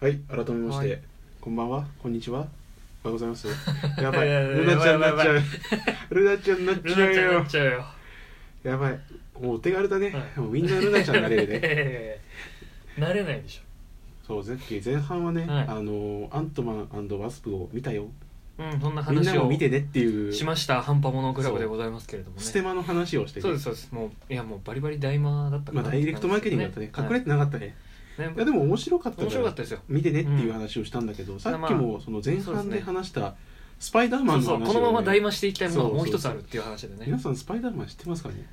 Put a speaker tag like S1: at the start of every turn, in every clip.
S1: はい、改めまして、
S2: はい
S1: こんばんは、こんにちは。おはようござい ます。やばい、
S2: いやいやいや
S1: ルナちゃんになっちゃう
S2: やばいや。
S1: ルナちゃんになっち
S2: ル
S1: ゃう
S2: ナちゃんにな
S1: よ
S2: っ。ちゃうよ
S1: やばい、もうお手軽だね。
S2: はい
S1: もうみんなルナちゃんになれる ね。
S2: ねなれないでし
S1: そう、ゼッキー前半はね、
S2: はい
S1: あのアントマンワスプを見たよ。
S2: ょうんそんな
S1: みんな
S2: 話
S1: も
S2: を
S1: 見てねっていう。
S2: しました半端者クラブでございますけれどもね
S1: ステマの話をして。
S2: そうですすそうですもういやもうバリバリ大魔だった
S1: まあダイレクトマーケティングだったね。隠れてなかったね。
S2: れ
S1: いやでも面白かったから
S2: 面白かったですよ
S1: 見てねっていう話をしたんだけど、さっきもその前
S2: そうです
S1: 半
S2: ね
S1: で話したスパイダーマン
S2: そう
S1: の話
S2: そ
S1: を、
S2: う
S1: ね、
S2: このまま大魔していきたいものがもう一つ
S1: そうそうそう
S2: あるっていう話で
S1: 皆
S2: ね
S1: さんスパイダーマン知ってますかね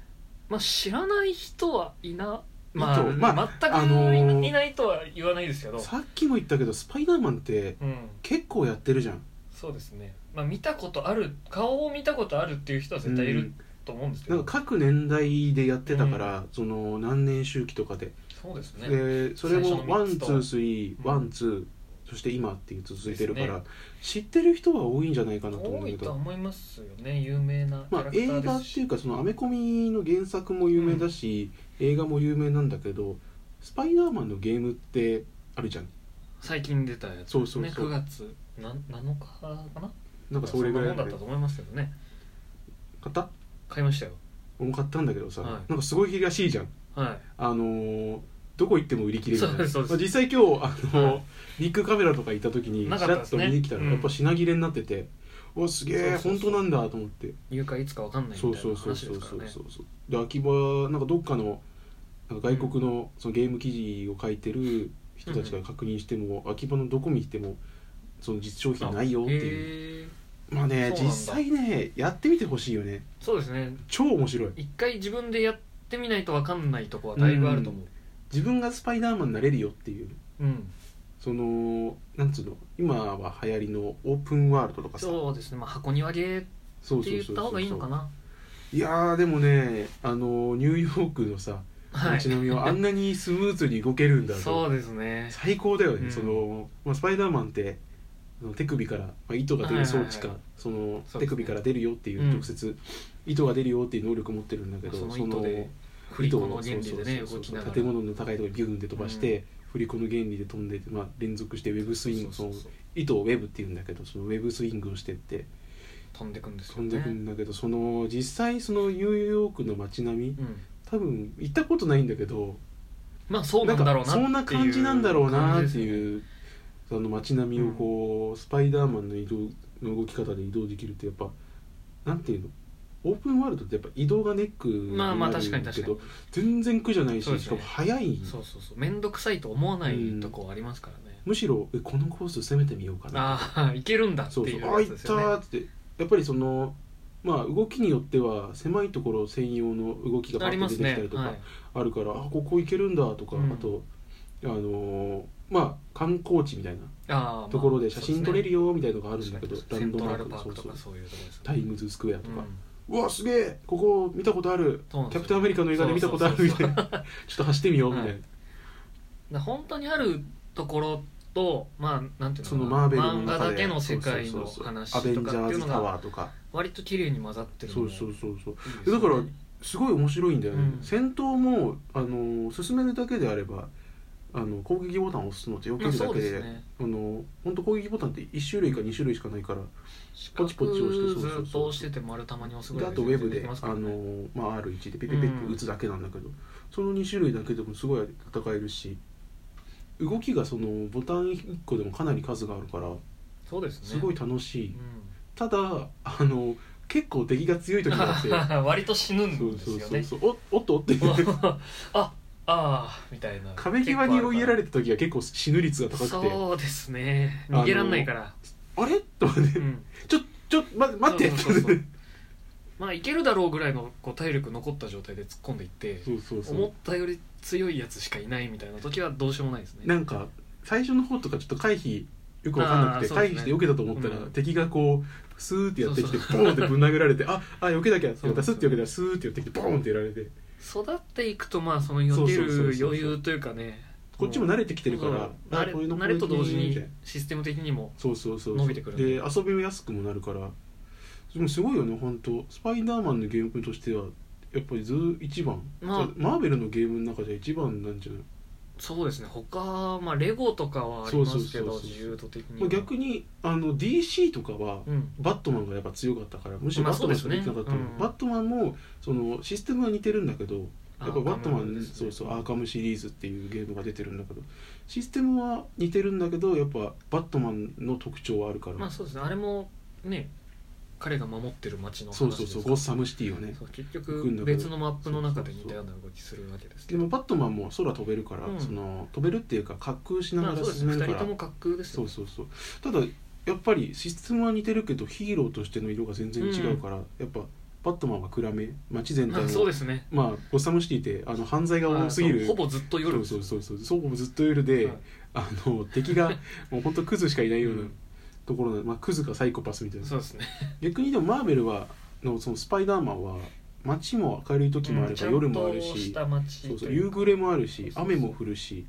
S2: まあ知らない人はいなま
S1: いいとまあ
S2: あ全
S1: あのー
S2: くいないとは言わないですけど
S1: さっきも言ったけどスパイダーマンって
S2: うん
S1: 結構やってるじゃん
S2: そうですねまあ見たことある顔を見たことあるっていう人は絶対いると思うんですけ
S1: な
S2: ど
S1: んか各年代でやってたから、その何年周期とかで、
S2: そうですね
S1: でそれ
S2: 最
S1: も
S2: 初の
S1: ワン
S2: 三
S1: ツ
S2: つと
S1: ースリー
S2: うん
S1: ワンツーそして今っていう続いてるから、
S2: で
S1: 知ってる人は多いんじゃないかなと思うん
S2: 多
S1: だけ
S2: いとは
S1: ど
S2: 思いますよね有名なキ
S1: ま
S2: ャ
S1: あ
S2: ラクタ
S1: 映画
S2: ーで
S1: っ
S2: す
S1: て
S2: し、
S1: いうかそのアメコミの原作も有名だし、映画も有名なんだけどスパイダーマンのゲームってあるじゃん
S2: 最近出たやつ、ね、
S1: そうそうそう
S2: 9月な7日かな
S1: なんかそれぐらい
S2: んなもんだったと思いますけどね
S1: 買った
S2: 買いましたよ
S1: 俺も買ったんだけどさ、
S2: はい
S1: なんかすごいらしいじゃん
S2: は
S1: あのーどこ行っても売り切れみたいな
S2: そうですそうです
S1: まあ実際今日、あのー
S2: はい
S1: ビッグカメラとか行った時に
S2: な
S1: ち
S2: かっ
S1: ら
S2: た
S1: っ
S2: です
S1: と
S2: ね
S1: 見に来たら、
S2: うん
S1: やっぱ品切れになっててわすげえ
S2: そうそうそう
S1: 本当なんだと思って
S2: い入会いつかわかんない
S1: そ
S2: み
S1: う
S2: たい
S1: そ
S2: な
S1: うそう
S2: 話
S1: そ
S2: で
S1: う
S2: すか
S1: そう
S2: らね
S1: そうそうで秋葉なんかどっかのなんか外国のそのゲーム記事を書いてる人たちが確認しても、秋葉のどこ見てもその実商品ないよっていう
S2: いう
S1: まあね
S2: そうなん
S1: 実
S2: だ
S1: 際ねやってみてほしいよね
S2: そうですね
S1: 超面白い
S2: 一回自分でやってみないとわかんないとこはだいぶあると思う
S1: 自分がスパイダーマンになれるよっていう
S2: うん、
S1: そのなんつうの今は流行りのオープンワールドとかさ
S2: そうですねまあ箱庭ゲーっ
S1: そ
S2: て言った方がいいのかな
S1: ないやーでもねあのニューヨークのさ
S2: はい
S1: 街並みをあんなにスムーズに動けるんだ
S2: そ
S1: と
S2: うですね
S1: 最高だよね、
S2: うん
S1: その、まあ、スパイダーマンってあの手首から、まあ、糸が出る装置か、
S2: はいはいはい
S1: その
S2: そうですね
S1: 手首から出るよっていう、
S2: うん
S1: 直接糸が出るよっていう能力持ってるんだけど
S2: その糸で振り子の原理でね
S1: そうそ
S2: 動き
S1: うそう
S2: ながら
S1: 建物の高いところにビューンって飛ばして、振り子の原理で飛んでて、まあ、連続してウェブスイング
S2: そうそう
S1: そ
S2: そう
S1: の糸をウェブっていうんだけどそのウェブスイングをしてって
S2: 飛んでくんですよ
S1: 飛
S2: ね
S1: んでくんだけどその実際そのニューヨークの街並み
S2: うん
S1: 多分行ったことないんだけど
S2: まあそうなんだろうなって
S1: そ
S2: いうん
S1: な感じなんだろうな
S2: 感
S1: って
S2: じですよね
S1: いうその街並みをこうスパイダーマンの移動の動き方で移動できるってやっぱなんていうのオープンワールドってやっぱ移動がネックに
S2: まあまあ
S1: なる
S2: 確か
S1: ん
S2: に
S1: だ
S2: 確
S1: け
S2: かに
S1: ど全然苦じゃないし、
S2: そうで
S1: し
S2: す
S1: か
S2: ね
S1: も早い
S2: そうそうそう面倒くさいと思わないとこありますからね、
S1: むしろえこのコース攻めてみようかな
S2: ああいけるんだって
S1: そうそ
S2: いうう
S1: あ
S2: や
S1: いっ
S2: つ
S1: た
S2: ですよね
S1: ーってやっぱりそのまあ動きによっては狭いところ専用の動きがパ
S2: あり
S1: ッと
S2: ま
S1: 出
S2: す
S1: てきた
S2: ね
S1: りとか
S2: はい
S1: あるから、あここ行けるんだとか、
S2: うん
S1: あとあのーまあ観光地みたいな
S2: あーまあ
S1: ところで写真撮れるよみたいなのがあるんだけど、
S2: そうで
S1: ラ
S2: すねセ
S1: ン
S2: ン
S1: ド
S2: ト
S1: マ
S2: ラ
S1: ー
S2: ル
S1: ク
S2: パ
S1: の
S2: ー
S1: そう
S2: クと
S1: そう
S2: かそういうところです
S1: タ
S2: ね
S1: イムズスクエアと
S2: う
S1: か、
S2: ん
S1: うわすげえここ見たことある
S2: そうなんです
S1: キャプテ
S2: よ
S1: ンアメリカの映画で見たことあるみたいなちょ
S2: そうそうそう
S1: っと走ってみようみたいな、
S2: はいそう本当にあるところとまあなんていう
S1: そ
S2: の
S1: のマ
S2: かな
S1: ーベルの
S2: 漫画
S1: 中で
S2: だけの世界
S1: そう
S2: の
S1: そうそう
S2: 話
S1: アベ
S2: と
S1: ンジ
S2: か
S1: ャ
S2: っ
S1: ー
S2: てい
S1: ズ
S2: うの
S1: タ
S2: が
S1: ワーとか
S2: 割と綺麗に混ざってる
S1: そ
S2: の
S1: う
S2: で
S1: そうそうそう
S2: いいです
S1: でだ
S2: よね
S1: からすごい面白いんだよね、
S2: うん
S1: 戦闘も、あの進めるだけであればあの攻撃ボタンを押すのと避けるだ
S2: まあそ
S1: け
S2: うで
S1: です
S2: ね
S1: あの本当攻撃ボタンって1種類か2種類しかないから
S2: 四
S1: ポ
S2: 角
S1: チポチ押してそうそうそう
S2: ずっと押してて丸玉に押すぐ
S1: で
S2: らい
S1: あとウェブで、
S2: きます
S1: あ
S2: からね
S1: のまあ、R1 でピピピッ
S2: うん
S1: て打つだけなんだけど、その2種類だけでもすごい戦えるし動きがそのボタン1個でもかなり数があるから
S2: そうですね
S1: すごい楽しい、
S2: う
S1: た だあの結構敵が強い時があって
S2: ん 割と死ぬ
S1: そ
S2: ん
S1: う
S2: で
S1: そう
S2: すよ
S1: そう
S2: ね
S1: そうおおっとって
S2: ああーみたいな
S1: 壁際に追いやら
S2: れ
S1: れた時は結構死ぬ率が高くて
S2: そうですね逃げらんないから、
S1: あれ と思って、
S2: うん、
S1: ちょちょ、ま、待って
S2: そうそうそうそうまあいけるだろうぐらいのこう体力残った状態で突っ込んでいって
S1: そうそうそう
S2: 思ったより強いやつしかいないみたいな時はどうしようもないですね
S1: なんか最初の方とかちょっと回避よくわかんなくて、
S2: あーそうで
S1: 回
S2: す
S1: 避
S2: ね
S1: して避けたと思ったら、
S2: うん
S1: 敵がこうスーってやってきて
S2: そう
S1: ボーンってぶん殴られてああ避けなきゃって
S2: そう
S1: 出
S2: です
S1: すって避けたらスーってやってきてボーンってやられて
S2: 育っていくとまあその避け
S1: そうそうそう
S2: る
S1: そう
S2: 余裕というかね
S1: こっちも慣れてきてるから
S2: そう
S1: あ
S2: 慣れ
S1: こういうの
S2: 慣れと同時
S1: こういうのみたい
S2: に
S1: な
S2: システム的にも
S1: そうそうそう
S2: 伸びてくる
S1: で遊びやすくもなるからでもすごいよね本当スパイダーマンのゲームとしてはやっぱりず一番、
S2: まあ
S1: マーベルのゲームの中じゃ一番なんじゃない
S2: そうですね他、まあ、レゴとかはありますけ
S1: そ
S2: ど
S1: うそうそうそう
S2: 自由度的に
S1: ま
S2: は
S1: あ、逆にあの DC とかは
S2: うん
S1: バットマンがやっぱ強かったからむしろ
S2: まあ
S1: バットマンしか
S2: そう
S1: で
S2: で
S1: き
S2: すね
S1: なかったの、
S2: うん
S1: バットマンもそのシステムは似てるんだけどやっぱバットマ
S2: アーカム
S1: ン、
S2: ですね
S1: そうそうアーカムシリーズっていうゲームが出てるんだけどシステムは似てるんだけどやっぱバットマンの特徴はあるから、
S2: まあそうですねあれもね彼が守ってる街の話
S1: そうそうそう
S2: ですか
S1: ゴ
S2: ら
S1: ッサムシティをね
S2: そう結
S1: 行くんだ
S2: 局
S1: けど
S2: 別のマップの中で似たような動きするわけです
S1: で
S2: ね
S1: もバットマンも空飛べるから、
S2: うん
S1: その飛べるっていうか滑空しな
S2: ま
S1: が
S2: あそ
S1: ら
S2: うです
S1: 進
S2: ね
S1: める
S2: 2
S1: から、
S2: 人とも滑空です
S1: そ
S2: よ
S1: う
S2: ね
S1: そうそうただやっぱりシステムは似てるけどヒーローとしての色が全然違うから、やっぱバットマンは暗め街全体
S2: まあ
S1: も
S2: そうですね
S1: まあゴッサムシティってあの犯罪が多すぎ
S2: まあ
S1: る
S2: そうほぼずっと夜
S1: そうそうそうそうそうずっと夜で、
S2: はい
S1: あの敵 がもう本当クズしかいないような
S2: うん
S1: ところな、まあ、クズかサイコパスみたいな
S2: そうですね
S1: 逆にでもマーベルはのそのスパイダーマンは街も明るい時もあれば、夜もある
S2: ちゃんとし
S1: した
S2: 街
S1: そうそ
S2: と
S1: う
S2: い
S1: 夕
S2: うか
S1: 暮れもあるし
S2: そうそう
S1: 雨
S2: そう
S1: も降るし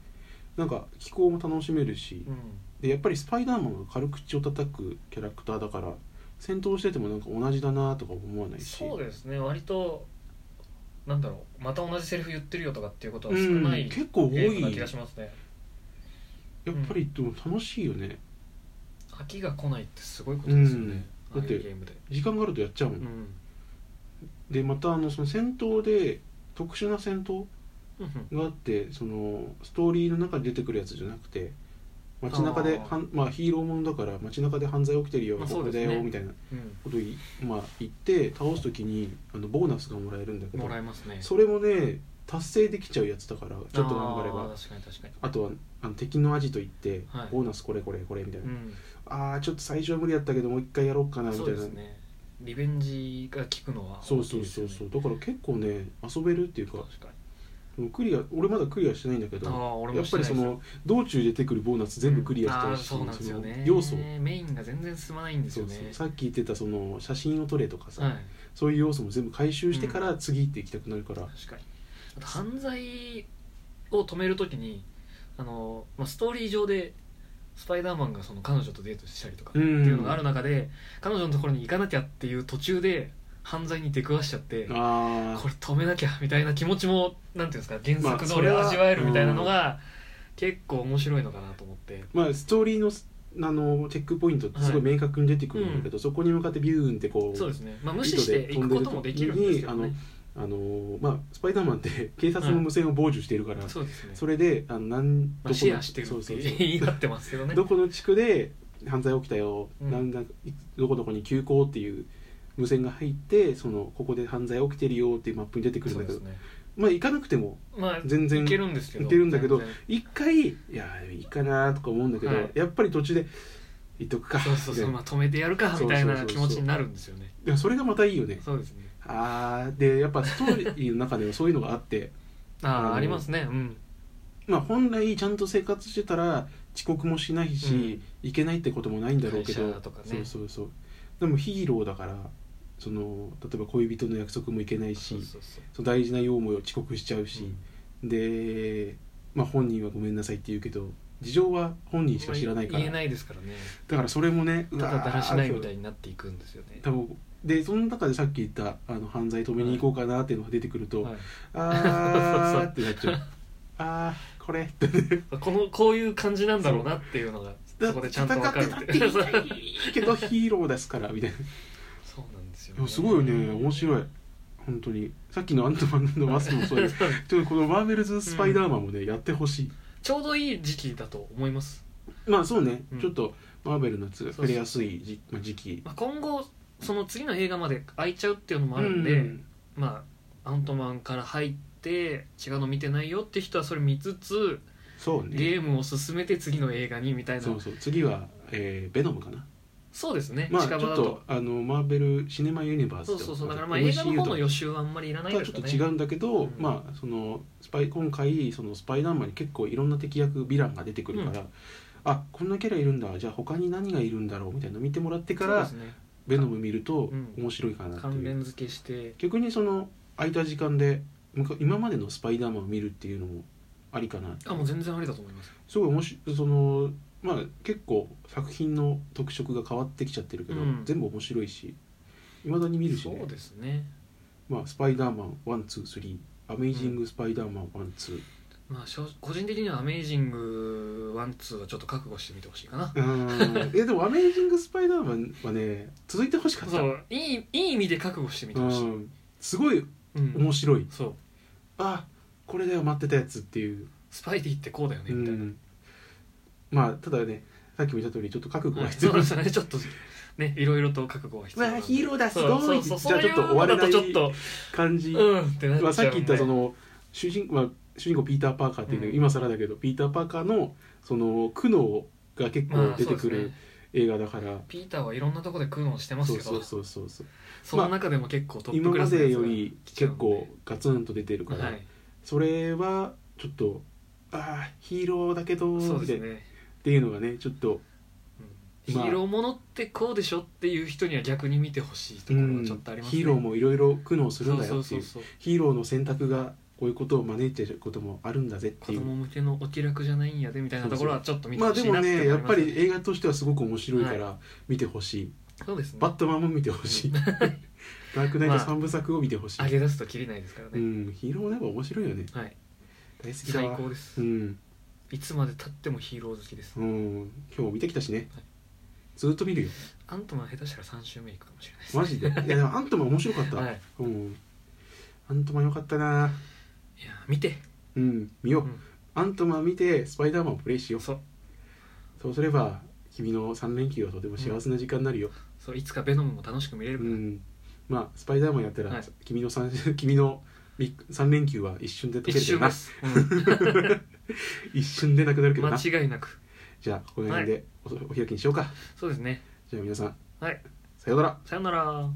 S1: なんか気候も楽しめるし、
S2: うん
S1: でやっぱりスパイダーマンが軽口を叩くキャラクターだから戦闘しててもなんか同じだなとか思わないし
S2: そうですね割となんだろうまた同じセリフ言ってるよとかっていうことは
S1: う
S2: 少
S1: ん
S2: ない
S1: 結構多
S2: ゲーム
S1: い
S2: な
S1: や
S2: 気がしますね
S1: っぱりでも楽しいよね
S2: 飽きが来ないってすごいことですよね
S1: うん
S2: ああいう
S1: だって
S2: ゲームで
S1: 時間があるとやっちゃうもん、
S2: うん
S1: でまたあのその戦闘で特殊な戦闘
S2: うんうん
S1: があってそのストーリーの中で出てくるやつじゃなくて街中で
S2: あー
S1: はんまあ、ヒーローものだから街中で犯罪起きてるよ、
S2: まあ
S1: ここだ
S2: そうです
S1: よ
S2: ね
S1: みたいな
S2: うん
S1: ことをい、まあ、言って倒す時にあのボーナスがもらえるんだけど
S2: もらえますね
S1: それもね達成できちゃうやつだからちょっと頑張れ
S2: あ
S1: ば
S2: ー確かに確かに
S1: あとはあの敵のアジト行って、
S2: はい
S1: ボーナスこれこれこれみたいな、
S2: うん
S1: ああちょっと最初は無理だったけどもう一回やろうかなみたい
S2: そうで
S1: な
S2: すねリベンジが効くのは
S1: そうそうそうそううだから結構ね遊べるっていうか
S2: 確かに
S1: クリア俺まだクリアしてないんだけど
S2: ああ俺
S1: や
S2: も
S1: っ
S2: し
S1: ぱ
S2: てな
S1: り
S2: いで
S1: そ
S2: す
S1: の道中出てくるボーナス全部クリアして
S2: あ
S1: ほ
S2: ー
S1: しい
S2: そうなんですよね
S1: その要素
S2: メインが全然進まないんです
S1: そ
S2: よ
S1: う
S2: ね
S1: そうさっき言ってたその写真を撮れとかさ、
S2: はい
S1: そういう要素も全部回収してから次って行きたくなるから、
S2: 確かにあと犯罪を止めるときにあの、まあ、ストーリー上でスパイダーマンがその彼女とデートしたりとかって
S1: うん
S2: いうのがある中で彼女のところに行かなきゃっていう途中で犯罪に出くわしちゃってこ
S1: ああ
S2: れ止めなきゃみたいな気持ちもなんていうんですか原
S1: まあ
S2: 作
S1: そ
S2: 通
S1: れ
S2: り
S1: は
S2: 味わえるみたいなのが結構面白いのかなと思って
S1: まあストーリーのすあのチェックポイントってすごい明確に出てくるんだけど、そこに向かってビューンってこう
S2: そうですね、まあ、無視して行くこともできるんですけどね
S1: あのまあ、スパイダーマンって警察の無線を傍受しているから、
S2: そうですね、
S1: それであのなん
S2: まあ、シェアしてる
S1: そう
S2: って
S1: そう
S2: い
S1: そう
S2: う言い合ってますけどね
S1: どこの地区で犯罪起きたよ、
S2: うん
S1: なんだいどこどこに急行っていう無線が入ってそのここで犯罪起きてるよっていうマップに出てくるん
S2: そう
S1: だけ
S2: で
S1: ど、
S2: すね
S1: まあ行かなくても
S2: まあ
S1: 全然
S2: いけるんですけど
S1: いけるんだけど
S2: 全然
S1: 一回いやいいかなとか思うんだけど、
S2: はい
S1: やっぱり途中で行っとくか
S2: そうそうそ
S1: みたい
S2: う、ま
S1: な
S2: あ、止めてやるかみたい
S1: そ
S2: な
S1: うそう
S2: 気
S1: そうそう
S2: 持ちになるんですよね
S1: でもそれがまたいいよね
S2: そうですね
S1: あーでやっぱストーリーの中ではそういうのがあって あ
S2: あ
S1: の
S2: あありますねうん
S1: まあ本来ちゃんと生活してたら遅刻もしないし、いけないってこともないんだろうけど
S2: 会社とかね
S1: そうそうそうでもヒーローだからその例えば恋人の約束もいけないし
S2: そうそうそう
S1: その大事な用務を遅刻しちゃうし、で、まあ、本人はごめんなさいって言うけど事情は本人しか知らないから
S2: 言えないですからね
S1: だからそれもね
S2: ただだらしないみた
S1: い
S2: いになっていくんですよね
S1: 多分でその中でさっき言ったあの犯罪止めに行こうかなっていうのが出てくると、
S2: はい
S1: あーってなっちゃうあーこれって
S2: このこういう感じなんだろうなっていうのがそこでちゃんと分かる
S1: 戦って
S2: って
S1: たって言
S2: いう
S1: い
S2: そ
S1: たいけどヒーローですから みたいな
S2: うなんですよ、
S1: いやすごいよね面白い
S2: い
S1: 本当にさっきのアントマンのマスクもそうですちょっとこのマーベルズ・スパイダーマンもね、やってほしい
S2: ちょうどいい時期だと思います、
S1: まあそうね、
S2: うん
S1: ちょっとマーベルのやつ
S2: そうそう
S1: 触れやすいじ、まあ、時期
S2: まあ、今後その次の映画まで空いちゃうっていうのもあるんで、
S1: うん
S2: まあアントマンから入って違うの見てないよって人はそれ見つつ
S1: そうね
S2: ゲームを進めて次の映画にみたいな
S1: そうそう次は、えーベノムかな
S2: そうですね、
S1: まあちょ
S2: 近
S1: っ
S2: 場だ
S1: とあのマーベル・シネマ・ユニバース
S2: そうそうそうだからまあ映画の方の予習はあんまりいらない
S1: とは
S2: で
S1: ち
S2: す
S1: ょ
S2: か
S1: っと
S2: ね
S1: 違うんだけど、
S2: うん
S1: まあそのスパイ今回そのスパイダーマンに結構いろんな敵役ヴィランが出てくるから、あこんなキャラいるんだじゃあ他に何がいるんだろうみたいなの見てもらってか
S2: そう
S1: ら
S2: です、ね
S1: ベノム見ると
S2: うん
S1: 面白いかなって
S2: 関
S1: いう、
S2: 連付けして
S1: 逆にその空いた時間でむか今までのスパイダーマンを見るっていうのもありかな
S2: あもう全然ありだと思います
S1: すごい面白いそのまあ結構作品の特色が変わってきちゃってるけど、
S2: うん
S1: 全部面白いしいまだに見るしね
S2: そうですね
S1: まあ、スパイダーマン123アメイジング・スパイダーマン1、2
S2: まあ正直個人的には「アメイジング1」2はちょっと覚悟してみてほしいかな
S1: うんえでも「アメイジング・スパイダーマン」はね続いてほしかった
S2: そういいいい意味で覚悟してみてほしい、
S1: うんすごい
S2: うん
S1: 面白い、
S2: そう
S1: あこれだよ待ってたやつっていう、
S2: スパイディってこうだよね
S1: う
S2: みたいな、
S1: ん、まあただねさっきも言った通りちょっと覚悟
S2: は
S1: が
S2: い
S1: 必
S2: そ
S1: 要
S2: うですねちょっとねいろいろと覚悟が必要
S1: わあヒー
S2: ロ
S1: ローだす
S2: そう
S1: ご
S2: そ
S1: いうじ
S2: そ
S1: ゃあ
S2: うそう
S1: ちょ
S2: いう
S1: っと終われ
S2: のだ
S1: な
S2: とちょっ
S1: い
S2: と
S1: 感じ、
S2: うんってな
S1: ま
S2: っちゃう、ね、
S1: あ、さっき言ったその主人、まあ、主人公ピーター・パーカーっていう、
S2: うん
S1: 今更だけどピーター・パーカーのその苦悩が結
S2: ま
S1: 構
S2: あ
S1: 出てく
S2: そうです
S1: る
S2: ね
S1: 映画だから、
S2: ピーターはいろんなところで苦悩してます
S1: そう
S2: けどそ
S1: そうそうそうそう
S2: の中でも結構トッ
S1: 今
S2: プク
S1: ま
S2: ラスのや
S1: で
S2: つが
S1: より結構ガツンと出てるから、
S2: はい、
S1: それはちょっとああヒーローだけど
S2: そう
S1: みた
S2: で
S1: い
S2: す
S1: なっ
S2: ね、
S1: ていうのがねちょっと
S2: うん
S1: まあ
S2: ヒーローものってこうでしょっていう人には逆に見てほしいところがちょっとありますね、
S1: ヒーローもいろいろ苦悩するんだ
S2: そ
S1: よ
S2: う
S1: って
S2: そ
S1: いうう
S2: そうそう
S1: ヒーローの選択がこういうことを招いてることもあるんだぜって
S2: 子
S1: いう
S2: 供向けのお気楽じゃないんやでみたいなところはちょっと見て
S1: まあ
S2: ほ
S1: で
S2: しい
S1: も
S2: なって思
S1: ね
S2: い
S1: や
S2: ま
S1: っ
S2: すね
S1: ぱり映画としてはすごく面白いから見てほしい、
S2: そうですね
S1: バットマンも見てほしい ダークナイト三部作を見てほしい、
S2: 上げ出すと切れないですから
S1: う
S2: ね、
S1: んヒーローもやっぱ面白いよね
S2: はい
S1: 大好きだ
S2: 最
S1: わ
S2: 高です、
S1: うん、
S2: いつまでたってもヒーロー好きです、
S1: うん、今日見てきたしね、
S2: はい
S1: ずーっと 見るよ
S2: アントマン下手したら3週目いくかもしれないです
S1: マジでいやでもアントマン面白かった、
S2: はい、
S1: うんアントマンよかったない
S2: や見て、
S1: うん見よう、
S2: うん
S1: アントマン見てスパイダーマンをプレイしよう
S2: そう
S1: そうすれば君の3連休はとても幸せな時間になるよ、
S2: そういつかベノムも楽しく見れる
S1: う
S2: か
S1: ん
S2: ら、
S1: まあスパイダーマンやったら、
S2: はい
S1: 君の3 君の3連休は一瞬で解け
S2: 一
S1: るけど
S2: 瞬
S1: な
S2: です、うん
S1: 一瞬でなくなるけどな
S2: 間違いなく
S1: じゃあこの辺でお,、お開きにしようか
S2: そうですね
S1: じゃあ皆さん
S2: はい
S1: さようなら
S2: さよなら